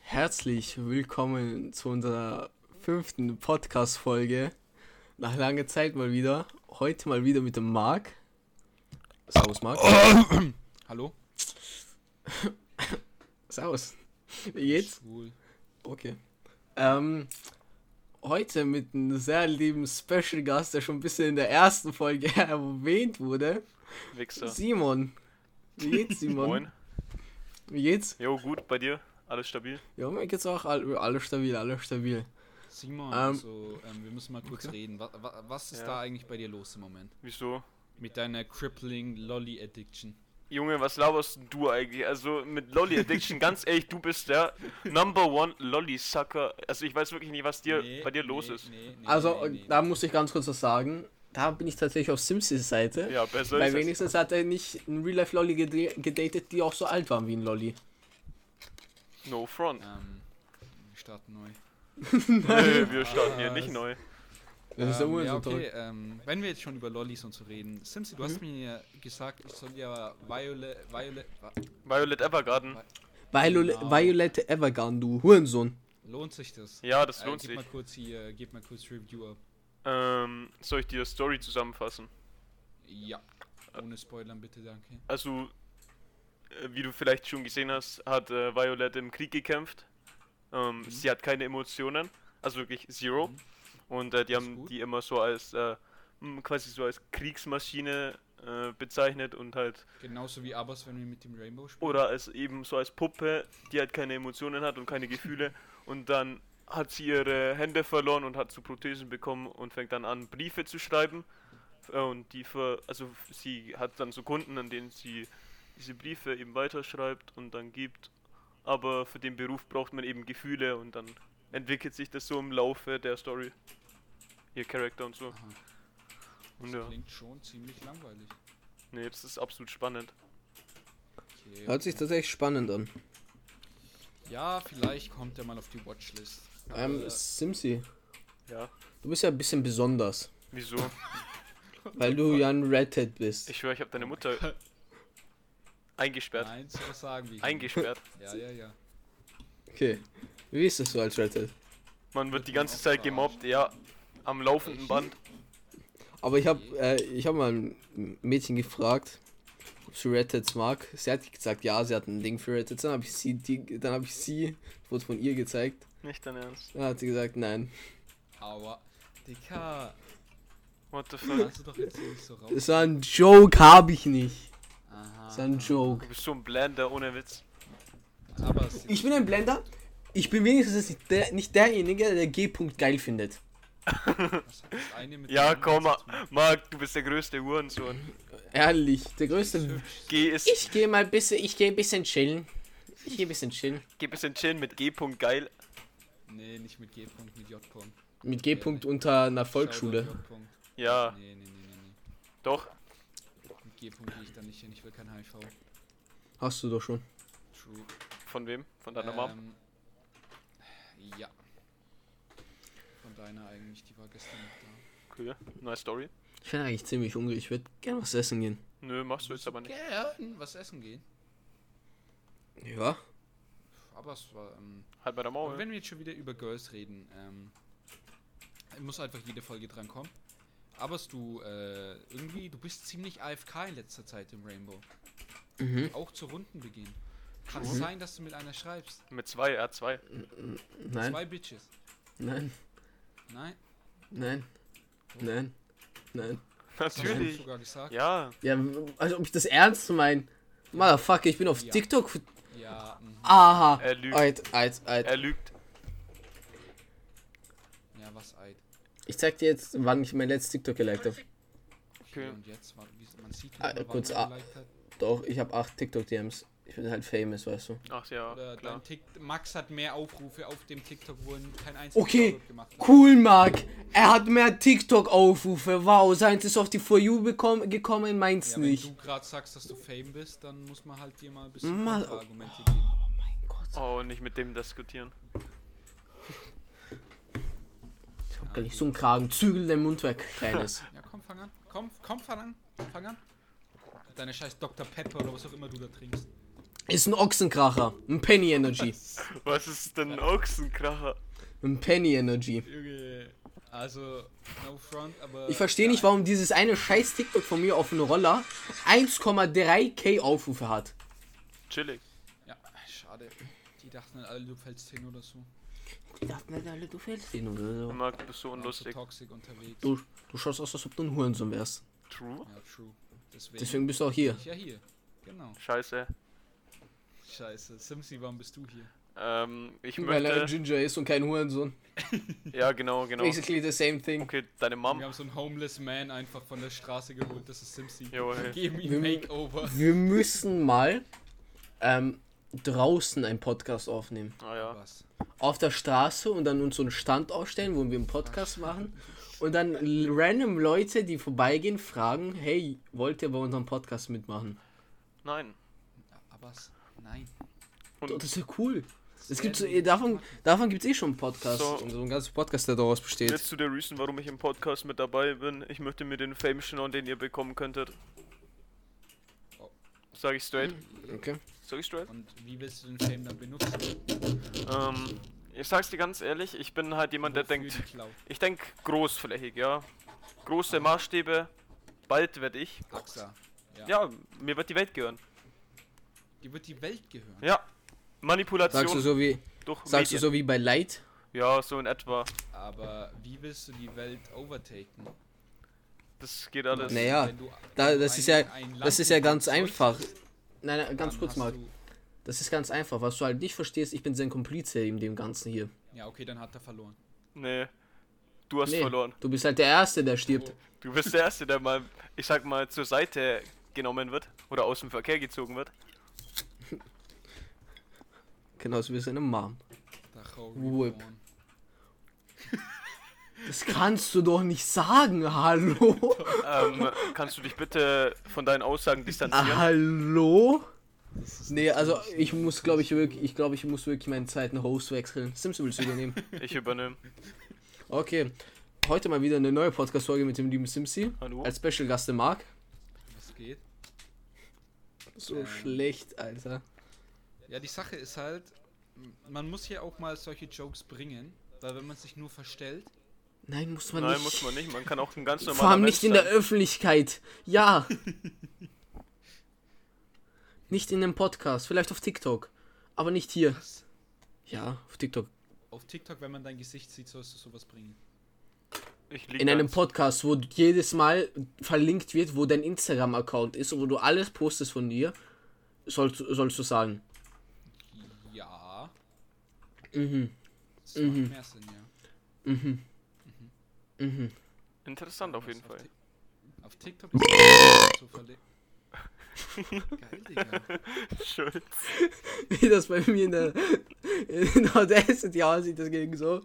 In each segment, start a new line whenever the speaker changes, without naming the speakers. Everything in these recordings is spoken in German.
Herzlich willkommen zu unserer fünften Podcast-Folge. Nach langer Zeit mal wieder. Heute mal wieder mit dem Marc. Servus, Marc.
Hallo?
Servus. Wie geht's?
Schwul.
Okay. Ähm, heute mit einem sehr lieben Special-Gast, der schon ein bisschen in der ersten Folge erwähnt wurde.
Wichser.
Simon. Wie geht's, Simon?
Moin.
Wie geht's?
Jo, gut, bei dir? Alles stabil?
Ja, mir geht's auch all- alles stabil, alles stabil.
Simon,
Ähm,
also, ähm, wir müssen mal kurz reden. Was, was ist
Ja.
da eigentlich bei dir los im Moment?
Wieso?
Mit deiner crippling Lolly Addiction.
Junge, was laberst denn du eigentlich? Also mit Lolly Addiction, ganz ehrlich, du bist der Number One Lolly Sucker. Also ich weiß wirklich nicht, was dir bei dir los ist.
Nee, nee,
Also,
nee, nee.
da muss ich ganz kurz was sagen. Da bin ich tatsächlich auf Simsys Seite.
Ja, besser
Weil
ist es.
wenigstens hat er nicht einen Real Life Lolly gede- gedatet, die auch so alt waren wie ein Lolly.
No front.
Ähm, wir starten neu.
Nö, wir starten hier nicht
Was?
neu.
Das ist ja
ähm,
immer
ja,
so toll.
okay, ähm, wenn wir jetzt schon über Lollis und so reden. Simsi, du hast
Mhm.
mir gesagt, ich soll ja Violet, Violet, wa-
Violet Evergarden.
Violet,
genau.
Violet Evergarden, du Hurensohn.
lohnt sich das?
Ja, das lohnt
äh, gib
sich.
mal kurz hier, gib mal kurz Review ab.
Ähm, soll ich dir Story zusammenfassen?
Ja. Ohne Spoilern bitte, danke.
Also, äh, wie du vielleicht schon gesehen hast, hat äh, Violet im Krieg gekämpft. Ähm,
Mhm.
Sie hat keine Emotionen, also wirklich zero. Und äh, die
Das ist
haben
gut.
die immer so als äh, m, quasi so als Kriegsmaschine äh, bezeichnet und halt
Genauso wie Abbas, wenn wir mit dem Rainbow spielen.
oder als eben so als Puppe, die halt keine Emotionen hat und keine Gefühle. Und dann hat sie ihre Hände verloren und hat zu Prothesen bekommen und fängt dann an, Briefe zu schreiben. Äh, Und die ver also sie hat dann so Kunden, an denen sie diese Briefe eben weiterschreibt und dann gibt. Aber für den Beruf braucht man eben Gefühle und dann entwickelt sich das so im Laufe der Story. Ihr Charakter und so.
Aha.
Und
Das
ja,
Klingt schon ziemlich langweilig.
nee, das ist absolut spannend.
Okay,
Hört sich tatsächlich spannend an.
Ja, vielleicht kommt er mal auf die Watchlist. Äh,
Ähm,
Aber,
Simsi,
Ja.
du bist ja ein bisschen besonders,
Wieso?
weil du ja ein Redhead bist.
Ich schwöre, ich habe deine Mutter eingesperrt.
Oh nein, so was sagen wir. hier
Eingesperrt.
nicht. Ja, ja, ja.
Okay. Wie ist es so als Redhead?
Man wird die
Oh
ganze Zeit gemobbt, ja. Am laufenden Band.
Aber ich habe äh, ich hab mal ein Mädchen gefragt, ob sie Redheads mag. Sie hat gesagt, ja, sie hat ein Ding für Redheads. Dann habe ich sie, die, dann habe ich sie, wurde von ihr gezeigt.
Nicht dein Ernst.
Dann hat sie gesagt, nein.
Aua. Dicker,
What the fuck?
kannst du doch jetzt nicht so raus.
Es war ein Joke, habe ich nicht. Es war
Aha.
ein Joke.
Du bist so ein Blender ohne Witz.
Abbas,
Ich bin ein Blender. Ich bin wenigstens nicht, der, nicht derjenige, der G-Punkt geil findet.
was hat das eine mit
Ja,
dem
komm,
anderen
Ma-
zu tun?
Marc, du bist der größte Hurensohn.
Ehrlich, der größte.
G ist.
Ich gehe mal bisschen, ich gehe ein bisschen chillen. Ich gehe ein bisschen chillen.
Geh bisschen chillen mit G. -Punkt geil.
Nee, nicht mit G-Punkt, mit J-Punkt.
Mit G-Punkt unter einer
Schau
Volksschule.
doch J-Punkt.
Ja,
Nee, nee, nee, nee, nee.
doch.
Mit G-Punkt gehe ich da nicht hin, ich will kein HIV.
Hast du doch schon.
True.
Von wem? Von deiner Mom?
Ähm, Ja. Von deiner eigentlich, die war gestern noch da.
Cool. Nice Story.
Ich bin eigentlich ziemlich hungrig. Ich würde gerne was essen gehen.
Nö, machst du jetzt aber nicht.
Gern was essen gehen.
Ja.
Aber es war. Ähm,
Halt bei der
aber
Maul.
wenn wir jetzt schon wieder über Girls reden, ähm, muss einfach jede Folge dran kommen. Aber du äh, irgendwie, du bist ziemlich AFK in letzter Zeit im Rainbow.
Mhm.
Auch zu Runden begehen. Kann es sein, dass du mit einer schreibst?
Mit zwei, R2.
Nein.
Zwei Bitches.
Nein.
Nein,
Nein. Nein. Nein.
das hab ich
Natürlich.
sogar gesagt.
Ja.
Ja, also ob ich das ernst meine. Motherfucker, ich bin auf
Ja.
TikTok.
Ja, mhm.
Aha.
Er lügt.
Alt, alt, alt.
Er lügt.
ja was Eid.
Ich zeig dir jetzt, wann ich mein letztes TikTok geliked habe.
Okay.
Okay.
Und jetzt, warte, wie- man sieht
Ah,
nicht mehr, wann
kurz
man
A.
geliked hat.
Doch, ich habe acht TikTok-DMs. Ich bin halt famous, weißt du.
Ach ja,
Oder
klar.
dein Tik- Max hat mehr Aufrufe auf dem TikTok, wo kein einziger
Okay.
Download gemacht hat.
Cool, Marc. Er hat mehr TikTok-Aufrufe. Wow, seins ist auf die For You bekommen, gekommen, meins
Ja, wenn
nicht.
du gerade sagst, dass du Fame bist, dann muss man halt dir mal ein bisschen
Mal-
Argumente geben.
Oh mein Gott.
Oh, nicht mit dem diskutieren.
Ich hab gleich so einen Kragen. Zügel den Mund weg, Kleines.
Ja, komm, fang an. Komm, komm, fang an. Fang an. Deine scheiß Dr. Pepper oder was auch immer du da trinkst.
Ist ein Ochsenkracher. Ein Penny Energy.
Was ist denn ein Ochsenkracher?
Ein Penny Energy.
Junge, also, no front, aber.
Ich verstehe nicht, warum dieses eine scheiß TikTok von mir auf einen Roller 1,3k Aufrufe hat.
Chillig.
Ja, schade. Die dachten dann alle, du fällst hin oder so.
Die dachten halt alle, du fällst hin oder so.
Marc, bist so
Waren so
unlustig.
toxic unterwegs.
Du, du schaust aus, als ob du ein Hurensohn wärst.
True?
Ja, true. Deswegen,
Deswegen bist du auch hier.
bin ich ja hier. Genau.
Scheiße.
Scheiße. Simsi, warum bist du hier?
Ähm, ich
Weil er
möchte.
Ginger ist und kein Hurensohn.
Ja, genau, genau.
Basically the same thing.
Okay, deine
Wir
Mom.
haben so einen homeless man einfach von der Straße geholt. Das ist Simsi.
Jawohl.
Wir Geben
Wir
ihm
mü-
Makeover.
Wir müssen mal ähm, draußen einen Podcast aufnehmen.
Ah ja.
Was?
Auf der Straße und dann uns so einen Stand aufstellen, wo wir einen Podcast machen. Und dann l- random Leute, die vorbeigehen, fragen, hey, wollt ihr bei unserem Podcast mitmachen?
Nein.
Aber was? Nein.
Und-
Oh, Das ist ja cool. Es gibt so,
werden wir nicht
davon, davon gibt es eh schon einen Podcast.
So.
So. so ein ganzer Podcast, der daraus besteht.
Jetzt zu der Reason, warum ich im Podcast mit dabei bin. Ich möchte mir den Fame schnorren, den ihr bekommen könntet. Sag ich straight.
Okay.
Sag ich straight?
Und wie willst du den Fame dann benutzen?
Ähm, ich sag's dir ganz ehrlich, ich bin halt jemand, der
Wofür
denkt,
die Cloud?
ich denk großflächig, ja. Große Maßstäbe, bald werd ich.
Axa. Ja.
Ja, mir wird die Welt gehören.
Die wird die Welt gehören.
Ja. Manipulation
Sagst du so wie,
durch
sagst du
Medien.
so wie bei Light?
Ja, so in etwa.
Aber wie willst du die Welt overtaken?
Das geht alles.
Nee. Naja,
Wenn du-
Da,
wenn du
das ist ja,
ein- ein Land
das ist ja ganz
überzeugst,
einfach. Nein, nein,
dann
ganz kurz,
hast
Marc.
du-
Das ist ganz einfach. Was du halt nicht verstehst, ich bin sein Komplize in dem Ganzen hier.
Ja, okay, dann hat er verloren.
Nee. Du hast
Nee,
verloren.
Du bist halt der Erste, der stirbt.
Du bist der Erste, der mal, ich sag mal, zur Seite genommen wird oder aus dem Verkehr gezogen wird.
Genauso Genau, wie seine Mom.
Dachau
Whip.
reborn.
Das kannst du doch nicht sagen, hallo?
Ähm, kannst du dich bitte von deinen Aussagen
Ah,
distanzieren?
hallo?
Das ist
Nee, also ich muss, glaube ich, wirklich, ich glaube, ich muss wirklich meinen zweiten Host wechseln. Sims, willst du übernehmen?
Ich übernehme.
Okay. Heute mal wieder eine neue Podcast-Folge mit dem lieben Simsi.
Hallo?
Als Special Gast der Marc.
Was geht?
So
Ähm.
schlecht, Alter.
Ja, die Sache ist halt, m- man muss hier auch mal solche Jokes bringen, weil wenn man sich nur verstellt,
Nein, muss man
Nein,
nicht.
muss man nicht. Man kann auch ein ganz normaler
Vor allem
Mensch
nicht in der
sein.
Öffentlichkeit. Ja. nicht in einem Podcast, vielleicht auf TikTok. Aber nicht hier.
was?
Ja, auf TikTok.
Auf TikTok, wenn man dein Gesicht sieht, sollst du sowas bringen.
Ich lieg
In einem
ganz-
Podcast, wo jedes Mal verlinkt wird, wo dein Instagram-Account ist und wo du alles postest von dir, sollst, sollst du sagen.
Ja.
Mhm.
Das macht mehr Sinn, ja.
Mhm. Mhm.
Interessant auf jeden
Was
Fall.
Tik- Auf TikTok ist so verle- Geil, Digga.
Schuld.
Wie das bei mir in der, in der Audacity aussieht, das ging so.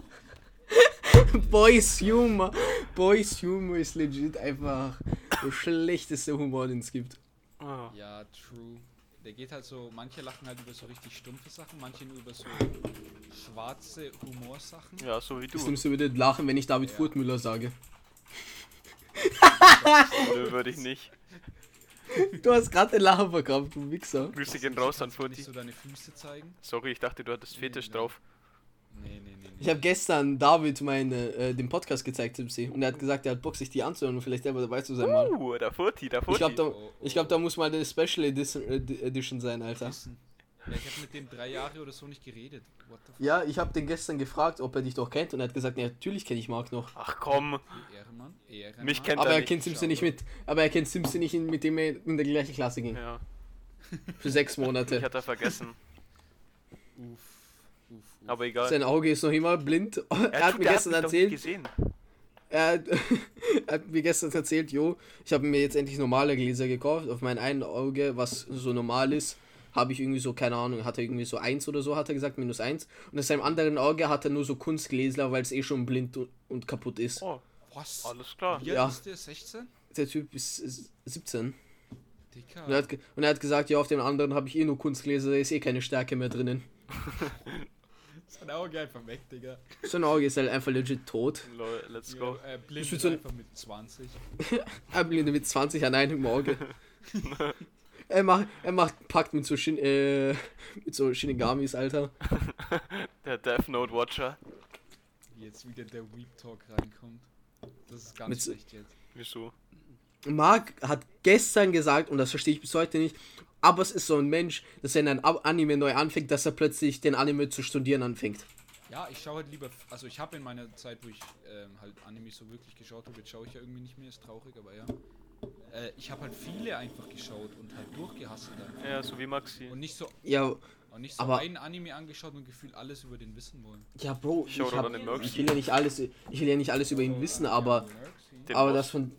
Boys Humor. Boys Humor ist legit einfach der schlechteste Humor, den es gibt.
Ah,
Ja, true. Der geht halt so, manche lachen halt über so richtig stumpfe Sachen, manche nur über so schwarze Humorsachen.
Ja, so wie
Das
du.
nimmst du bitte lachen, wenn ich David
Ja.
Furtmüller sage.
Nö, würde ich nicht.
Du hast gerade den Lachen verkauft, du Wichser.
Grüße gehen raus an
Kannst du nicht
Furti.
so deine Füße zeigen?
Sorry, ich dachte, du hattest
Nee,
Fetisch
nein.
drauf.
Nee, nee, nee. nee.
Ich habe gestern David meine, äh, den Podcast gezeigt, Tipsy. Und er hat gesagt, er hat Bock, sich die anzuhören und vielleicht selber dabei zu sein, Mann.
Uh, der Furti, der
Ich
Furti.
glaube, da, ich glaub, da muss mal eine Special Edition, äh, Edition sein, Alter.
Wissen. Ja, ich habe mit dem drei Jahre oder so nicht geredet. What the fuck,
Ja, ich habe den gestern gefragt, ob er dich doch kennt und er hat gesagt, "Ja, natürlich kenne ich Mark noch.
Ach komm,
die Ehrenmann? Ehrenmann?
Mich kennt-
Aber
er
er
nicht.
kennt Simpson nicht mit. Aber er kennt Simpson nicht, in- mit dem er in der gleichen Klasse ging.
ja,
Für sechs
ich
Monate.
hatte vergessen.
Uff, uff, uff.
Aber egal.
Sein Auge ist noch immer blind. Er,
Ja,
hat
du,
mir
der
gestern
mich doch nicht
erzählt,
Gesehen.
er hat, er hat mir gestern erzählt, jo, ich habe mir jetzt endlich normale Gläser gekauft. Auf mein einen Auge, was so normal ist, habe ich irgendwie so, keine Ahnung, hat er irgendwie so eins oder so, hat er gesagt, minus eins. Und aus seinem anderen Auge hat er nur so Kunstgläser, weil es eh schon blind und, und kaputt ist.
Oh,
Was?
alles klar.
Wie alt
Ja.
ist der? 16?
Der Typ ist ist 17.
Dicker.
Und er, hat ge- und er hat gesagt, ja, auf dem anderen habe ich eh nur Kunstgläser, da ist eh keine Stärke mehr drinnen.
Sein Auge einfach weg, Digga.
Sein Auge ist halt einfach legit tot.
Lol, let's go.
Ja, äh, blind
Ich würd
ist
so-
einfach mit 20.
Er blindet mit 20 an einem Auge. Er macht, er macht Pakt mit so, Shin, äh, mit so Shinigamis, Alter.
Der Death Note Watcher.
Jetzt wieder der Weep Talk reinkommt. Das ist ganz
Mit so-
schlecht jetzt.
Wieso?
Mark hat gestern gesagt, und das verstehe ich bis heute nicht, aber es ist so ein Mensch, dass wenn ein Ab- Anime neu anfängt, dass er plötzlich den Anime zu studieren anfängt.
Ja, ich schaue halt lieber, also ich habe in meiner Zeit, wo ich ähm, halt Animes so wirklich geschaut habe, jetzt schaue ich ja irgendwie nicht mehr, ist traurig, aber ja. Äh, ich habe halt viele einfach geschaut und halt durchgehasselt einfach.
Ja, so wie Maxi.
Und nicht so,
Ja,
und nicht so
Aber-
einen Anime angeschaut und gefühlt alles über den wissen wollen.
ja, Bro, ich,
Shoutout
hab,
an den Merc.
ich will ja nicht alles, ich will ja nicht alles über ihn wissen, aber,
Den
aber
Boss.
das von,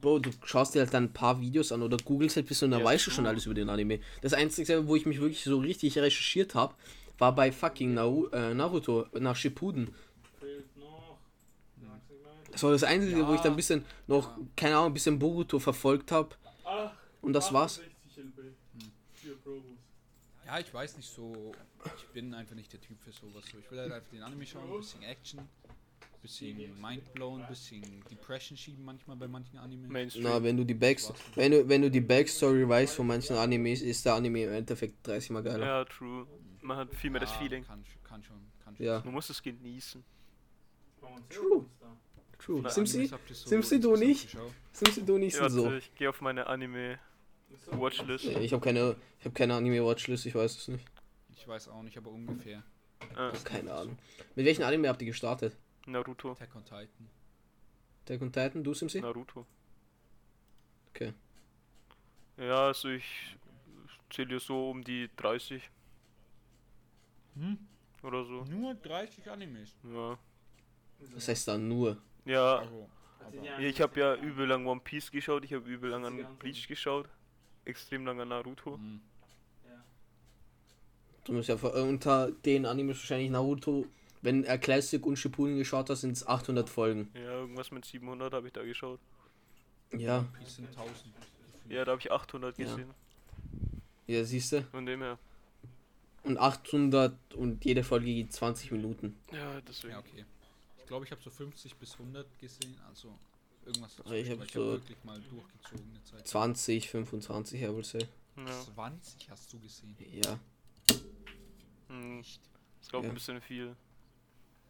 Bro, du schaust dir halt dann ein paar Videos an oder googelst halt bis und dann
Ja,
weißt du schon
true.
alles über den Anime. Das einzige, wo ich mich wirklich so richtig recherchiert habe, war bei fucking Naru äh, Naruto nach Shippuden.
Fehlt noch. Sag's dir gleich.
Das war das Einzige, wo ich dann ein bisschen noch,
Ja.
keine Ahnung, ein bisschen Boruto verfolgt habe.
Ach,
Und das war's.
68 LB. Vier Promos.
Ja, ich weiß nicht so, ich bin einfach nicht der Typ für sowas. So, ich will halt einfach den Anime schauen, ein bisschen Action, ein bisschen Mindblown, ein bisschen Depression schieben manchmal bei manchen Animes.
Mainstream.
Na, wenn du die Backs wenn du, wenn du die Backstory weißt von manchen Animes, ist der Anime im Endeffekt 30 mal geiler.
ja, true. Man hat viel mehr das
Ja,
Feeling.
Ah, Kann, sch- kann schon, kann schon.
Ja,
Man muss es genießen.
Warum
True.
zählt das
true.
Viele
Simsi,
Animes habt ihr so
Simsi, du
insgesamt
nicht?
geschaut.
Simsi, du nicht
Ja, warte,
so.
ich gehe auf meine Anime-Watchlist.
da? Ist doch-
Nee, Ich habe keine, ich hab keine Anime-Watchlist, ich weiß es nicht.
Ich weiß auch nicht, aber ungefähr.
Ah,
Keine Ahnung. Mit welchen Anime habt ihr gestartet?
Naruto.
Attack on Titan.
Attack on Titan, du Simsi?
Naruto.
Okay.
Ja, also ich zähle so um die 30 oder so.
Hm? Nur 30 Animes.
Mhm.
Ja.
Was heißt da nur?
Ja,
Also,
Hat
aber
sich
ja
ja
ich habe ja übel lang One Piece geschaut, ich habe übel lang
Das ist
an
ganz
Bleach geschaut, extrem lang an Naruto.
hm,
Du musst ja vor- äh, unter den Animes wahrscheinlich Naruto, wenn er Classic und Shippuden geschaut hat, sind es 800 Folgen.
Ja, irgendwas mit 700 habe ich da geschaut.
Ja,
die sind 1000. gefühlt.
Ja, da habe ich 800
Ja.
gesehen.
ja, siehst du.
Von dem her.
Und 800 und jede Folge geht 20 Minuten.
Ja, deswegen.
Ja, okay. Ich glaube, ich habe so 50 bis 100 gesehen, also irgendwas
Also ich
dazwischen,
hab
weil
so-
wirklich mal durchgezogen eine Zeit.
20, 25, I would say.
Ja.
20 hast du gesehen.
Ja.
Hm,
Nicht.
ist glaube
Ja.
ein bisschen viel.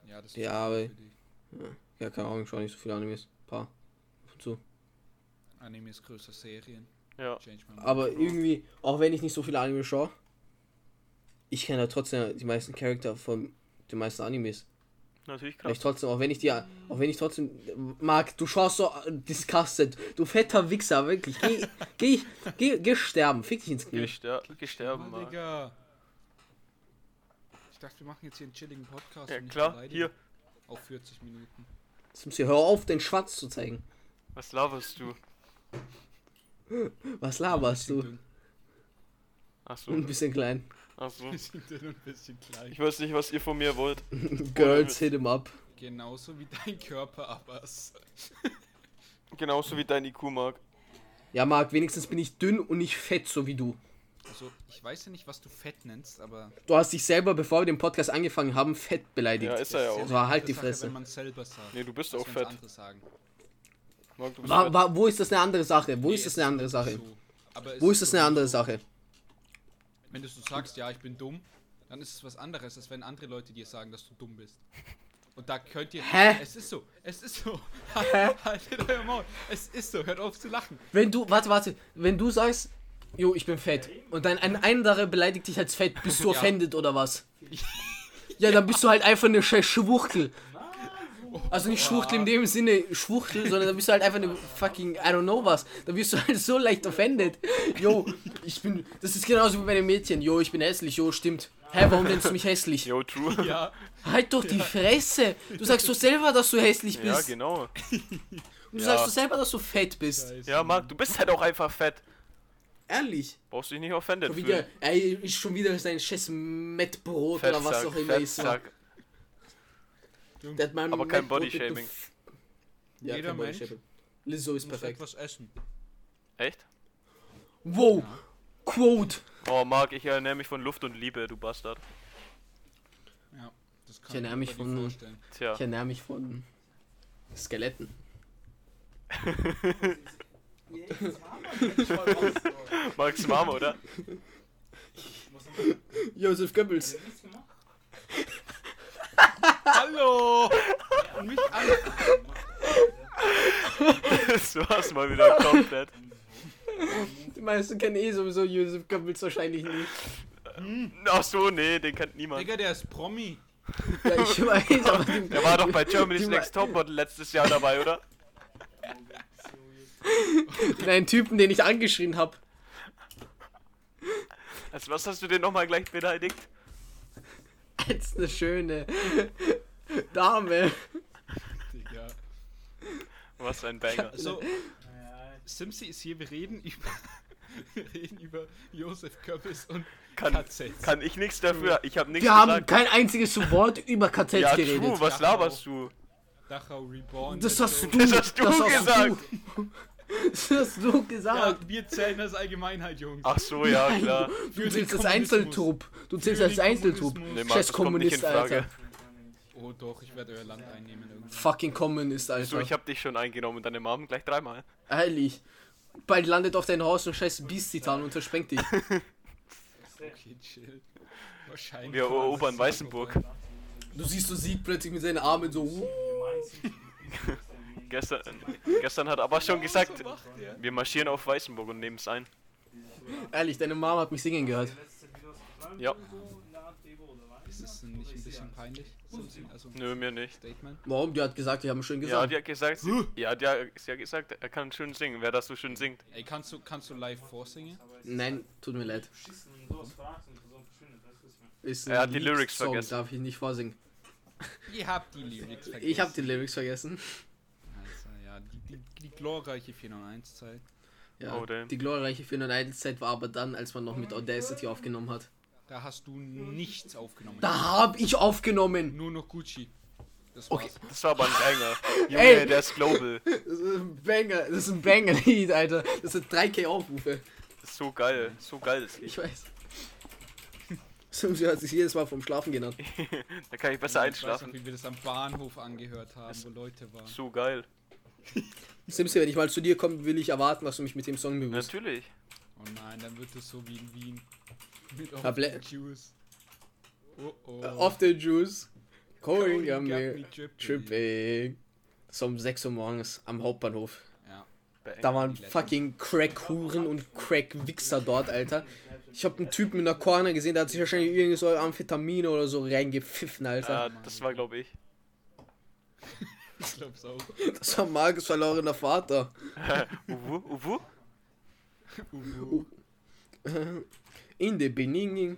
Ja, das
Ja,
viel
aber-
für dich.
Ja, keine Ahnung, schau nicht so viele Animes. Paar. Ab und zu.
Animes größer Serien.
Ja.
Change my mind.
Aber irgendwie, auch wenn ich nicht so viele Anime schaue, ich kenne ja trotzdem die meisten Charakter von den meisten Animes.
Natürlich
Weil ich
krass.
trotzdem, auch wenn ich dir, auch wenn ich trotzdem, Marc, du schaust so äh, disgusted, du fetter Wichser, wirklich, geh, geh, geh, geh sterben, fick dich ins Knie.
Gester gesterben,
Mann,
Mann.
Digga. Ich dachte, wir machen jetzt hier einen chilligen Podcast.
Ja,
und nicht
klar.
beleidigen.
Hier.
Auf 40 Minuten.
Simsi, hör auf, den Schwanz zu zeigen.
Was laberst du?
Was laberst du?
Bisschen
Achso.
Ein bisschen klein.
Achso.
dünn, bisschen dünn und bisschen klein.
Ich weiß nicht, was ihr von mir wollt.
Girls hit him up.
Genauso wie dein Körper, Abbas.
Genauso wie dein IQ, Mark.
Ja, Marc, wenigstens bin ich dünn und nicht fett, so wie du.
Also, ich weiß ja nicht, was du fett nennst, aber.
Du hast dich selber, bevor wir den Podcast angefangen haben, fett beleidigt.
Ja, ist er ja
Das
auch.
ist
So, halt
eine
die
Sache,
Fresse.
Wenn man selber sagt.
Nee, du bist
Als
auch
wenn's
fett.
Andere sagen.
Mark, du bist
Wa,
fett.
wa, wo ist das eine andere Sache? Wo
Nee,
ist das
es
eine andere Sache?
so. Aber es
Wo ist das
so,
eine andere Sache?
Wenn du so sagst, ja, ich bin dumm, dann ist es was anderes, als wenn andere Leute dir sagen, dass du dumm bist. Und da könnt ihr.
Hä?
Es ist so. Es ist so. Haltet euer Maul. Es ist so. Hört auf zu lachen.
Wenn du, warte, warte, wenn du sagst, jo, ich bin fett und dann ein anderer beleidigt dich als fett, bist du
Ja.
offended oder was? Ja, dann bist du halt einfach eine scheiß Schwuchtel. Also nicht Schwuchtel in dem Sinne Schwuchtel, sondern dann bist du halt einfach eine fucking, I don't know was. Dann wirst du halt so leicht offended. Jo, ich bin, das ist genauso wie bei den Mädchen. Jo, ich bin hässlich, jo, stimmt. Hä, warum nennst du mich hässlich?
Yo, true.
Ja.
Halt doch die Fresse! Du sagst doch selber, dass du hässlich
Ja,
bist.
genau.
Und du
Ja.
sagst doch selber, dass du fett bist.
Ja, Marc, du bist halt auch einfach fett.
Ehrlich.
Brauchst dich nicht offended
Schon wieder,
fühlen.
ey, ist schon wieder sein scheiß Mettbrot oder was
Fettsack,
auch immer ist.
Fettsack.
Der hat mein
Aber kein
Mettbrot mit
Bodyshaming.
gef- Ja,
Jeder
kein
Mensch
Bodyshaming. Lizzo ist
Muss
perfekt.
etwas essen.
Echt?
Wow, Quote.
Oh, Marc, ich erinnere mich von Luft und Liebe, du Bastard.
Ja, das kann
Ich ernähre
mir
mich
bei dir
von-
vorstellen.
Tja.
Ich ernähre mich von Skeletten.
Jetzt haben wir den voll rausgeholt.
Max Mama, oder?
Was haben wir
Joseph Goebbels.
denn jetzt gemacht?
Hallo! Mich an.
Das war's mal wieder komplett.
Die meisten kennen eh sowieso Joseph Goebbels wahrscheinlich nicht.
Ach so, nee, den kennt niemand.
Digga, der ist Promi.
Ja, ich weiß, aber die,
Der war doch bei
die
Germany's Next Topmodel letztes Jahr dabei, oder?
Nein, Typen, den ich angeschrien habe.
Also was hast du den nochmal gleich beleidigt?
Als eine schöne Dame.
Digga. Also,
Was ein Banger.
So,
Naja,
Simsi ist hier, wir reden über. Wir reden über Josef Goebbels und
Kann,
KZs.
kann ich nichts dafür. Ich habe nichts
Wir haben
gesagt.
kein einziges Wort über KZs
ja, true,
geredet.
was laberst du?
Dachau Reborn.
Das hast du,
Das hast du gesagt.
du. Das hast du gesagt.
Ja, wir zählen das Allgemeinheit, Jungs.
Ach so, ja,
Nein.
klar.
Du
den
zählst als
Kommunismus.
Einzeltrupp. Du zählst
Für
als
den
Einzeltrupp.
Kommunismus.
Nee, Mann,
Scheiß
das kommt nicht in
Kommunist,
Frage.
Alter.
Oh doch, ich werde euer Land einnehmen irgendwie.
Fucking Kommunist, Alter.
So, ich hab dich schon eingenommen und deine Mom gleich dreimal.
Heilig. Bald landet auf dein Haus ein scheiß Beast-Titan und zersprengt dich.
Okay, chill. Wahrscheinlich.
Wir erobern Weißenburg.
Du siehst so Sieg plötzlich mit seinen Armen so. uh,
Gestern, gestern hat aber schon gesagt,
So macht der.
wir marschieren auf Weißenburg und nehmen es ein.
Ehrlich, deine Mama hat mich singen gehört.
Ja.
Ist das denn nicht ein bisschen peinlich? Simpson, Also,
Nö, mir nicht.
Statement.
Warum? Die hat gesagt, ich habe schön
Ja,
gesagt.
die hat gesagt, sie, ja, die hat, sie hat gesagt, er kann schön singen. Wer das so schön singt.
Ey, kannst du, kannst du live vorsingen?
Nein, tut mir leid. Ist ein
Er hat die Lyrics
Song,
vergessen.
Darf ich nicht vorsingen.
Ihr habt die Lyrics vergessen.
Ich habe die Lyrics vergessen.
Also, ja, die, die, die glorreiche 401-Zeit.
Ja,
Oh, damn.
die glorreiche 401 Zeit war aber dann, als man noch mit Audacity aufgenommen hat.
Da hast du nichts aufgenommen.
Da hab ich aufgenommen.
Nur noch Gucci. Das
Okay.
war's. Also
Das war aber ein Banger. Junge,
Ey.
der ist global.
Das ist ein Banger, das ist ein Banger-Lied, Alter. Das sind 3k Aufrufe.
Das ist so geil. So geil das Lied.
Ich weiß. So sie hat sich jedes Mal vom Schlafen genannt.
Da kann ich besser
Ich weiß noch,
einschlafen.
wie wir das am Bahnhof angehört haben, wo Leute waren.
So geil.
Simpson, wenn ich mal zu dir komme, will ich erwarten, dass du mich mit dem Song bewirst.
Natürlich.
Oh nein, dann wird es so wie in Wien. Mit
Ble-
auf Juice. Oh oh.
Off the Juice. Going,
Cody got
on
me
me.
dripping.
Tripping. So um 6 Uhr morgens am Hauptbahnhof.
Ja.
Da waren fucking Crack-Huren und Crack-Wichser dort, Alter. Ich hab einen Typen in der Corner gesehen, der hat sich wahrscheinlich irgend so Amphetamine oder so reingepfiffen,
Ja,
Alter.
das war, glaube ich.
Ich glaub's auch.
Das war Markus verlorener Vater.
Uwu, Uwu?
In the Beninging.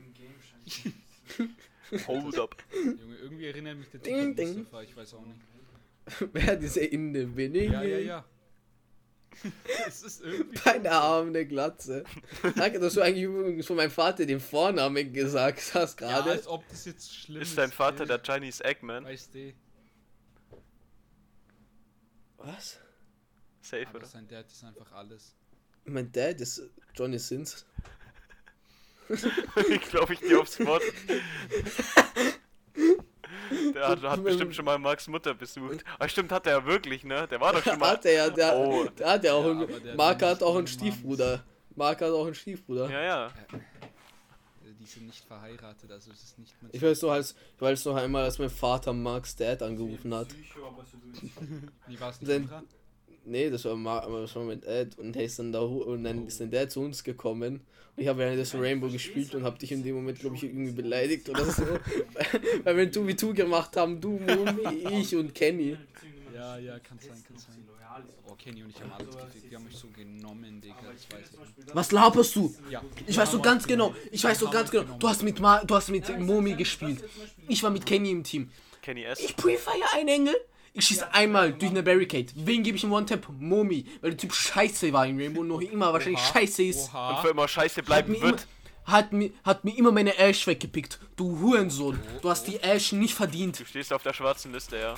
Hold up.
Junge, irgendwie erinnert mich der Typ
Ding,
an
ding.
Mustafa, ich weiß auch nicht.
Wer diese In the Beninging?
Ja, ja, ja. es ist irgendwie.
Deine arme Glatze. Danke, dass du eigentlich übrigens von meinem Vater den Vornamen gesagt hast
Ja, also-
gerade.
als ob das jetzt schlimm ist.
Ist dein Vater
gell?
der Chinese Eggman?
Weißt du,
Was?
Safe,
aber
oder?
sein Dad ist einfach alles.
Mein Dad ist Johnny Sins.
Ich glaube, ich gehe aufs Wort. Der hat, hat bestimmt schon mal Marks Mutter besucht. Ah, stimmt, hat er ja wirklich, ne? Der war doch schon mal.
Hat er ja, der,
Oh.
der hat ja auch
Ja, aber der
einen,
hat
Mark
ja
hat
nicht
auch einen
einen Mann.
Stiefbruder. Mark hat auch einen Stiefbruder.
Ja, ja.
Äh, Die sind nicht verheiratet, also es ist nicht mehr.
Ich weiß noch, als, ich weiß noch einmal, als mein Vater Marks Dad angerufen hat.
Wie war es nicht?
Sein-
Sandra?
Nee, das war, Mark, das war mein Dad und er ist dann da hoch- und dann ist dein Dad zu uns gekommen und Oh. ich habe währenddessen Rainbow gespielt und habe dich in dem Moment, glaube ich, irgendwie beleidigt oder so. Weil wir ein 2v2 gemacht haben, du, Mumi, ich und Kenny.
Ja, ja, kann sein, kann sein. Oh, Kenny und ich haben alles gekriegt. Die haben mich so genommen, Digga. Das weiß ich nicht.
Was laberst du?
Ja.
Ich weiß so ganz genau, ich weiß so
Hammer
ganz genau,
genommen.
du hast mit, Ma du hast mit Momi gespielt. Ich war mit Kenny im Team.
Kenny S.
Ich prefire einen Engel. Ich schieße einmal durch eine Barricade. Wen gebe ich im One-Tap? Momi. Weil der Typ scheiße war in Rainbow und noch immer wahrscheinlich
Oha,
scheiße ist.
Und
Oha.
für immer scheiße
Hat
bleiben
mir, immer,
wird.
hat, mir, hat mir immer meine Ash weggepickt. Du Hurensohn. Du hast die Ash nicht verdient.
Du stehst auf der schwarzen Liste, ja.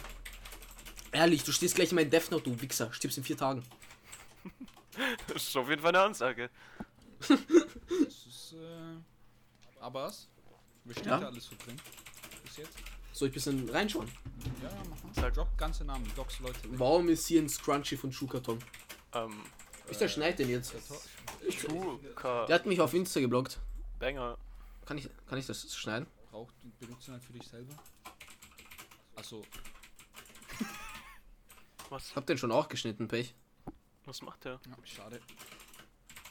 Ehrlich, du stehst gleich in meinem Death Note, du Wichser. Stirbst in vier Tagen.
Das ist auf jeden Fall eine Ansage.
Das ist, äh, aber was? Wir stehen
Ja.
da alles so drin. Bis jetzt?
Soll ich ein bisschen reinschauen?
Ja, ja, mach mal. Drop ganze Namen, Docs Leute.
Warum ist hier ein Scrunchie von Schukaton?
Ähm,
Ich zerschneid den jetzt.
Schuka.
Der hat mich auf Insta geblockt.
Banger.
Kann ich, kann ich das schneiden?
Braucht und benutzt ihn halt für dich selber. Also, Achso,
Was,
Hab den schon auch geschnitten, Pech.
was macht der?
ja, schade.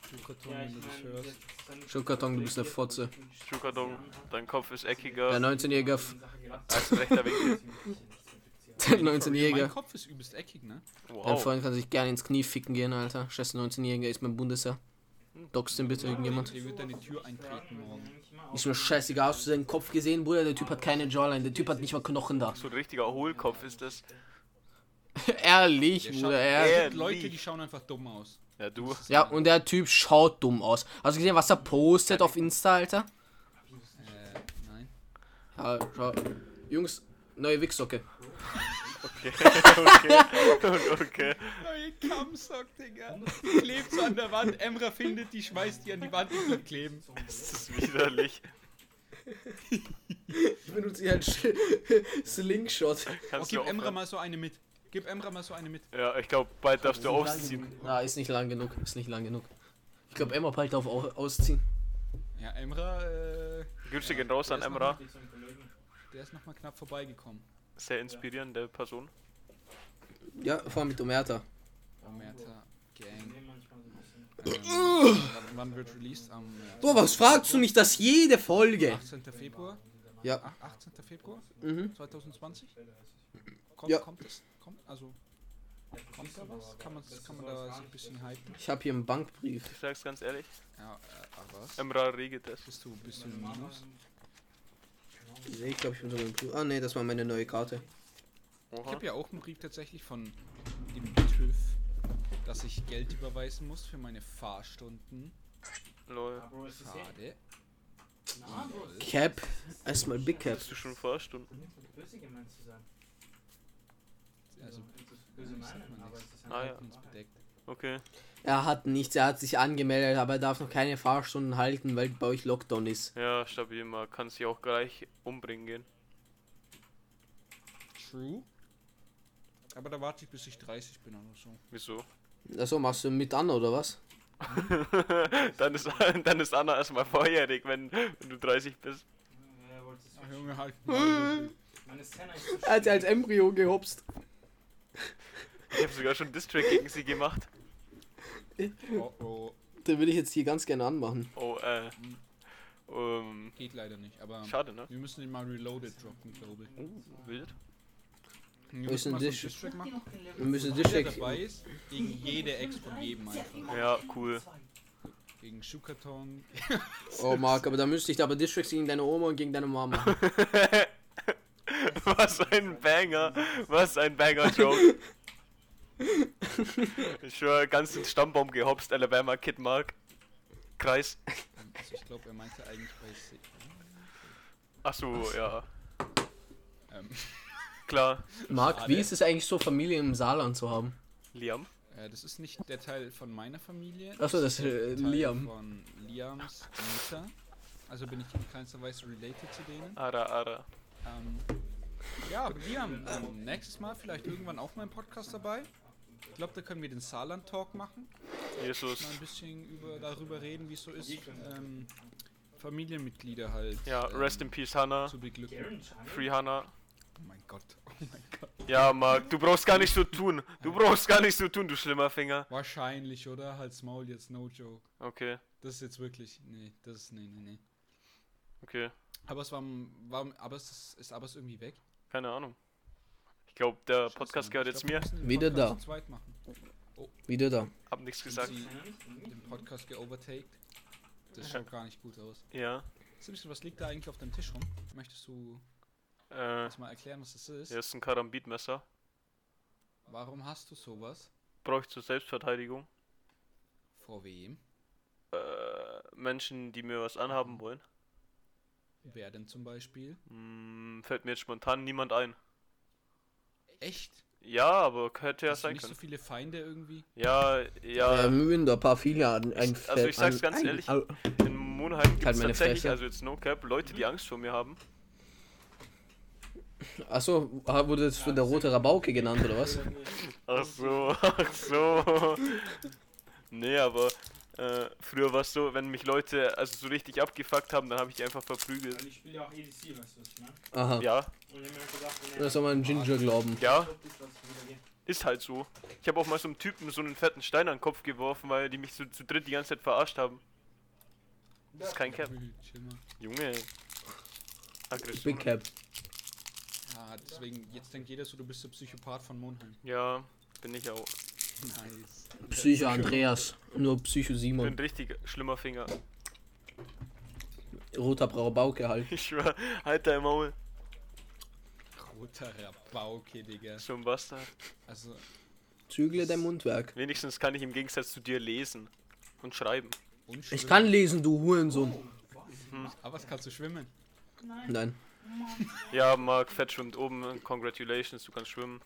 Schuhkarton,
Ja, ich
wenn du das
mein,
hörst.
jetzt dann-
Schuhkarton, du bist eine Fotze.
Schuka Dong, dein Kopf ist eckiger
ne.
Der 19-Jährige. f-
als rechter Winkel.
Der
Mein
19-Jährige.
Kopf ist übelst eckig, ne?
Dein
Wow.
Freund kann sich gerne ins Knie ficken gehen, Alter. Scheiße, 19-Jähriger ist beim Bundesheer. Dox den bitte irgendjemand.
Der wird deine Tür eintreten morgen.
Ist mir scheißegal, hast du seinen Kopf gesehen, Bruder? Der Typ hat keine Jawline, der Typ hat nicht mal Knochen da.
So ein richtiger Hohlkopf ist das.
ehrlich,
Der
Bruder,
schaut-
ehrlich.
Ehrlich.
Es gibt Leute, die schauen einfach dumm aus.
Ja, du.
Ja, und der Typ schaut dumm aus. Hast du gesehen, was er postet auf Insta, Alter?
Äh, nein.
Ja, schau. Jungs, neue Wichsocke.
Okay, okay, okay.
Neue Kammsock, Digga. Die klebt so an der Wand. Emra findet die, schmeißt die an die Wand und kleben.
Das ist widerlich.
Ich benutze hier einen Slingshot.
Oh,
Kannst
gib
du
Emra
aufhören?
mal so eine mit. Gib Emra mal so eine mit.
Ja, ich glaube, bald darfst du ausziehen.
Na, ist nicht lang genug, ist nicht lang genug. Ich glaube, Emma bald auf au- ausziehen.
Ja, Emra, äh,
Grüße gehen raus an
Der ist
Emra.
der ist nochmal knapp vorbeigekommen.
Sehr inspirierende Person.
Ja, vor allem mit Omerta.
Omerta Gang. Ähm, wann- wann wird released? Am äh,
So, was fragst du mich das jede Folge?
18. Februar?
Ja.
Ach, 18. Februar
Mhm.
2020? Kommt,
Ja.
kommt es? Kommt, also, kommt da was? Kann man, kann man da sich ein bisschen hypen?
Ich habe hier einen Bankbrief.
Ich sag's ganz ehrlich.
Ja, äh, aber was?
Emra regelt das.
Bist du, bist du im Minus?
Nee, ich glaube, ich bin sogar im Brief. Ah, nee, das war meine neue Karte.
Ich
Oha.
habe ja auch einen Brief tatsächlich von dem TÜV, dass ich Geld überweisen muss für meine Fahrstunden.
Lol.
Schade.
Cap. Erstmal Big Cap.
Bist du schon Fahrstunden?
Also, ich sag mal nichts.
Ah, ja.
Halten uns bedeckt.
Okay.
Er hat nichts, er hat sich angemeldet, aber er darf noch keine Fahrstunden halten, weil bei euch Lockdown ist.
Ja, stabil mal. Kann sich auch gleich umbringen gehen.
True. Aber da warte ich, bis ich 30 bin oder so.
Wieso?
Also machst du mit an, oder was?
dann, ist, dann ist Anna erstmal volljährig, wenn, wenn du 30 bist.
Ach, Junge, halt. mal.
Er hat sie als Embryo gehopst.
Ich habe sogar schon District gegen sie gemacht.
oh, oh.
Den würde ich jetzt hier ganz gerne anmachen.
Oh, äh. Ähm,
Geht leider nicht, aber
schade, ne?
wir müssen ihn mal reloaded droppen, glaube ich.
Uh, wild.
Wir
Wo ist
müssen
denn
mal so einen
Dish?
Distrack machen.
Wir müssen
Jeder
Dischek.
dabei ist, gegen jede Ex von jedem einfach.
Ja, cool.
Gegen Schuhkarton.
Oh, Marc, aber da müsste ich aber Districts gegen deine Oma und gegen deine Mama.
Was ein Banger. Was ein Banger-Joke. Ich schwör, ganz den Stammbaum gehopst, Alabama Kid Mark. Kreis.
Also ich glaube, er meinte eigentlich bei sich.
Achso, ja.
Ähm,
Klar.
Marc, wie
Schade.
ist es eigentlich so, Familie im Saarland zu haben?
Liam.
äh, das ist nicht der Teil von meiner Familie.
Ach so, das ist,
der
äh,
Teil
Liam.
von Liams Mutter. Also bin ich in keinster Weise related zu denen.
Ara, ara.
Ähm, ja, aber Liam, ähm, nächstes Mal vielleicht irgendwann auch mal im Podcast dabei. Ich glaube, da können wir den Saarland-Talk machen.
Jesus.
Mal ein bisschen über, darüber reden, wie es so ist, ähm, Familienmitglieder halt
Ja,
ähm,
rest in peace, Hannah.
zu beglücken.
Free Hannah.
Oh mein Gott, oh mein Gott.
Ja, Marc, du brauchst gar nicht so tun. Du brauchst gar nicht so tun, du schlimmer Finger.
Wahrscheinlich, oder? Halt's Maul jetzt, no joke.
Okay,
Das ist jetzt wirklich, nee, das ist, nee, nee, nee.
okay.
Aber es war, war aber es ist, ist aber es irgendwie weg.
Keine Ahnung. Ich glaube, der
Scheiße,
Äh, Podcast
Mann.
gehört
Ich
jetzt
glaub, wir
mir.
müssen den
Wieder
Podcast
da.
zu Zweit machen.
Wieder da.
Hab nichts
Gesagt.
gesagt.
Den Podcast geovertaked. Das schaut gar nicht gut aus.
Ja.
Simpson, was liegt da eigentlich auf deinem Tisch rum? Möchtest du
Äh,
uns mal erklären, was das ist?
hier ist ein Karambitmesser.
Warum hast du sowas?
Brauche ich zur Selbstverteidigung.
Vor wem?
Äh, Menschen, die mir was
Mhm.
anhaben wollen.
Wer denn zum Beispiel?
Hm, fällt mir jetzt spontan niemand ein.
Echt?
Ja, aber hätte ja
hast du
sein
nicht so Ähm,
können.
viele Feinde irgendwie?
Ja, ja.
Äh, Mühen da paar viele an ein
Ich- also
Feld-
ich sag's ganz
ein-
ehrlich.
au-
In Monheim
halt
gibt es
meine
tatsächlich,
Fresse.
also jetzt No Cap, Leute, die Angst vor mir haben.
Achso, ah, wurde das für der rote Rabauke genannt, oder was?
Ach so, ach so. Nee, aber äh, früher war es so, wenn mich Leute also so richtig abgefuckt haben, dann habe ich die einfach verprügelt.
Weil ich spiele ja auch EDC, weißt du, was ich meine?
Aha.
Ja,
Und ich hab mir halt gedacht, nee,
Da soll man Ginger glauben.
ja,
ich glaub, das lass ich wieder gehen.
ist halt so. Ich habe auch mal so einem Typen so einen fetten Stein an den Kopf geworfen, weil die mich so zu dritt die ganze Zeit verarscht haben. Das ist kein Cap.
Chill mal.
Junge. Aggression.
Big Cap.
Ah, deswegen, jetzt denkt jeder so, du bist der Psychopath von Monheim.
Ja, bin ich auch.
Nice.
Psycho Andreas. Nur Psycho
Ich bin ein
Simon.
richtig schlimmer Finger.
Roter Brauer Bauke halt.
Ich schwör, halt dein Maul.
Roter Rabauke, Digga.
So ein Bastard.
Also,
Zügle dein Mundwerk.
Wenigstens kann ich im Gegensatz zu dir lesen und schreiben.
unschön.
Ich kann lesen, du Hurensohn.
Aber was kannst du schwimmen?
Nein.
Ja, Marc, Fett schwimmt oben. Congratulations, du kannst schwimmen.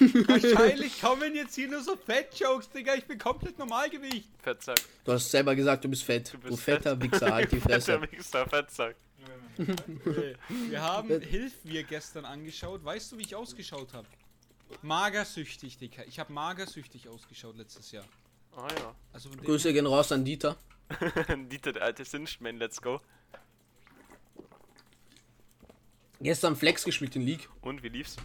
Wahrscheinlich kommen jetzt hier nur so Fett-Jokes, Digga. Ich bin komplett Normalgewicht.
Fettsack.
Du hast selber gesagt, du bist fett. Du,
Du bist
fetter
fett.
Wichser, halt die Fresse.
Fetter Wichser, Fettsack.
Wir haben Hilf wir gestern angeschaut. Weißt du, wie ich ausgeschaut habe? Magersüchtig, Digga. Ich habe magersüchtig ausgeschaut letztes Jahr.
Ah ja.
Also von dem
Grüße gehen raus an Dieter.
Dieter, der alte Sinchman, let's go.
Gestern Flex gespielt in League.
Und wie lief's?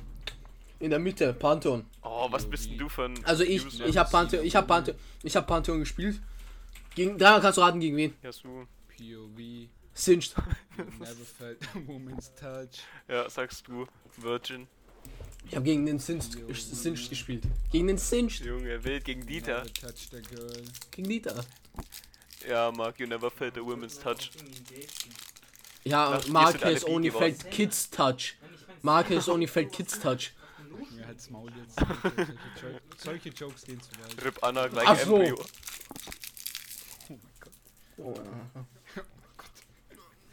In der Mitte, Pantheon.
Oh, was bist denn du für ein.
Also ich,
User?
ich hab Pantheon, ich hab Pantheon, ich hab Pantheon gespielt. Gegen, dreimal kannst du raten, gegen wen?
Ja, so.
POV,
Singed.
Never Felt a Woman's Touch.
Ja, sagst du. Virgin.
Ich hab gegen den Singed, Singed gespielt. Gegen den Singed.
Junge, wild gegen Dieter.
Never Touched a Girl.
Gegen Dieter.
Ja, Marc, you never felt a woman's touch.
Ja,
Das ist
Marquez
alle
only
Bi geworden.
felt Kids Touch. Marquez only felt Kids Touch.
Mir halt's Maul jetzt. Solche, Jo- solche Jokes gehen zu weit.
Rip Anna gleich
Ach so.
Embryo.
Oh mein Gott.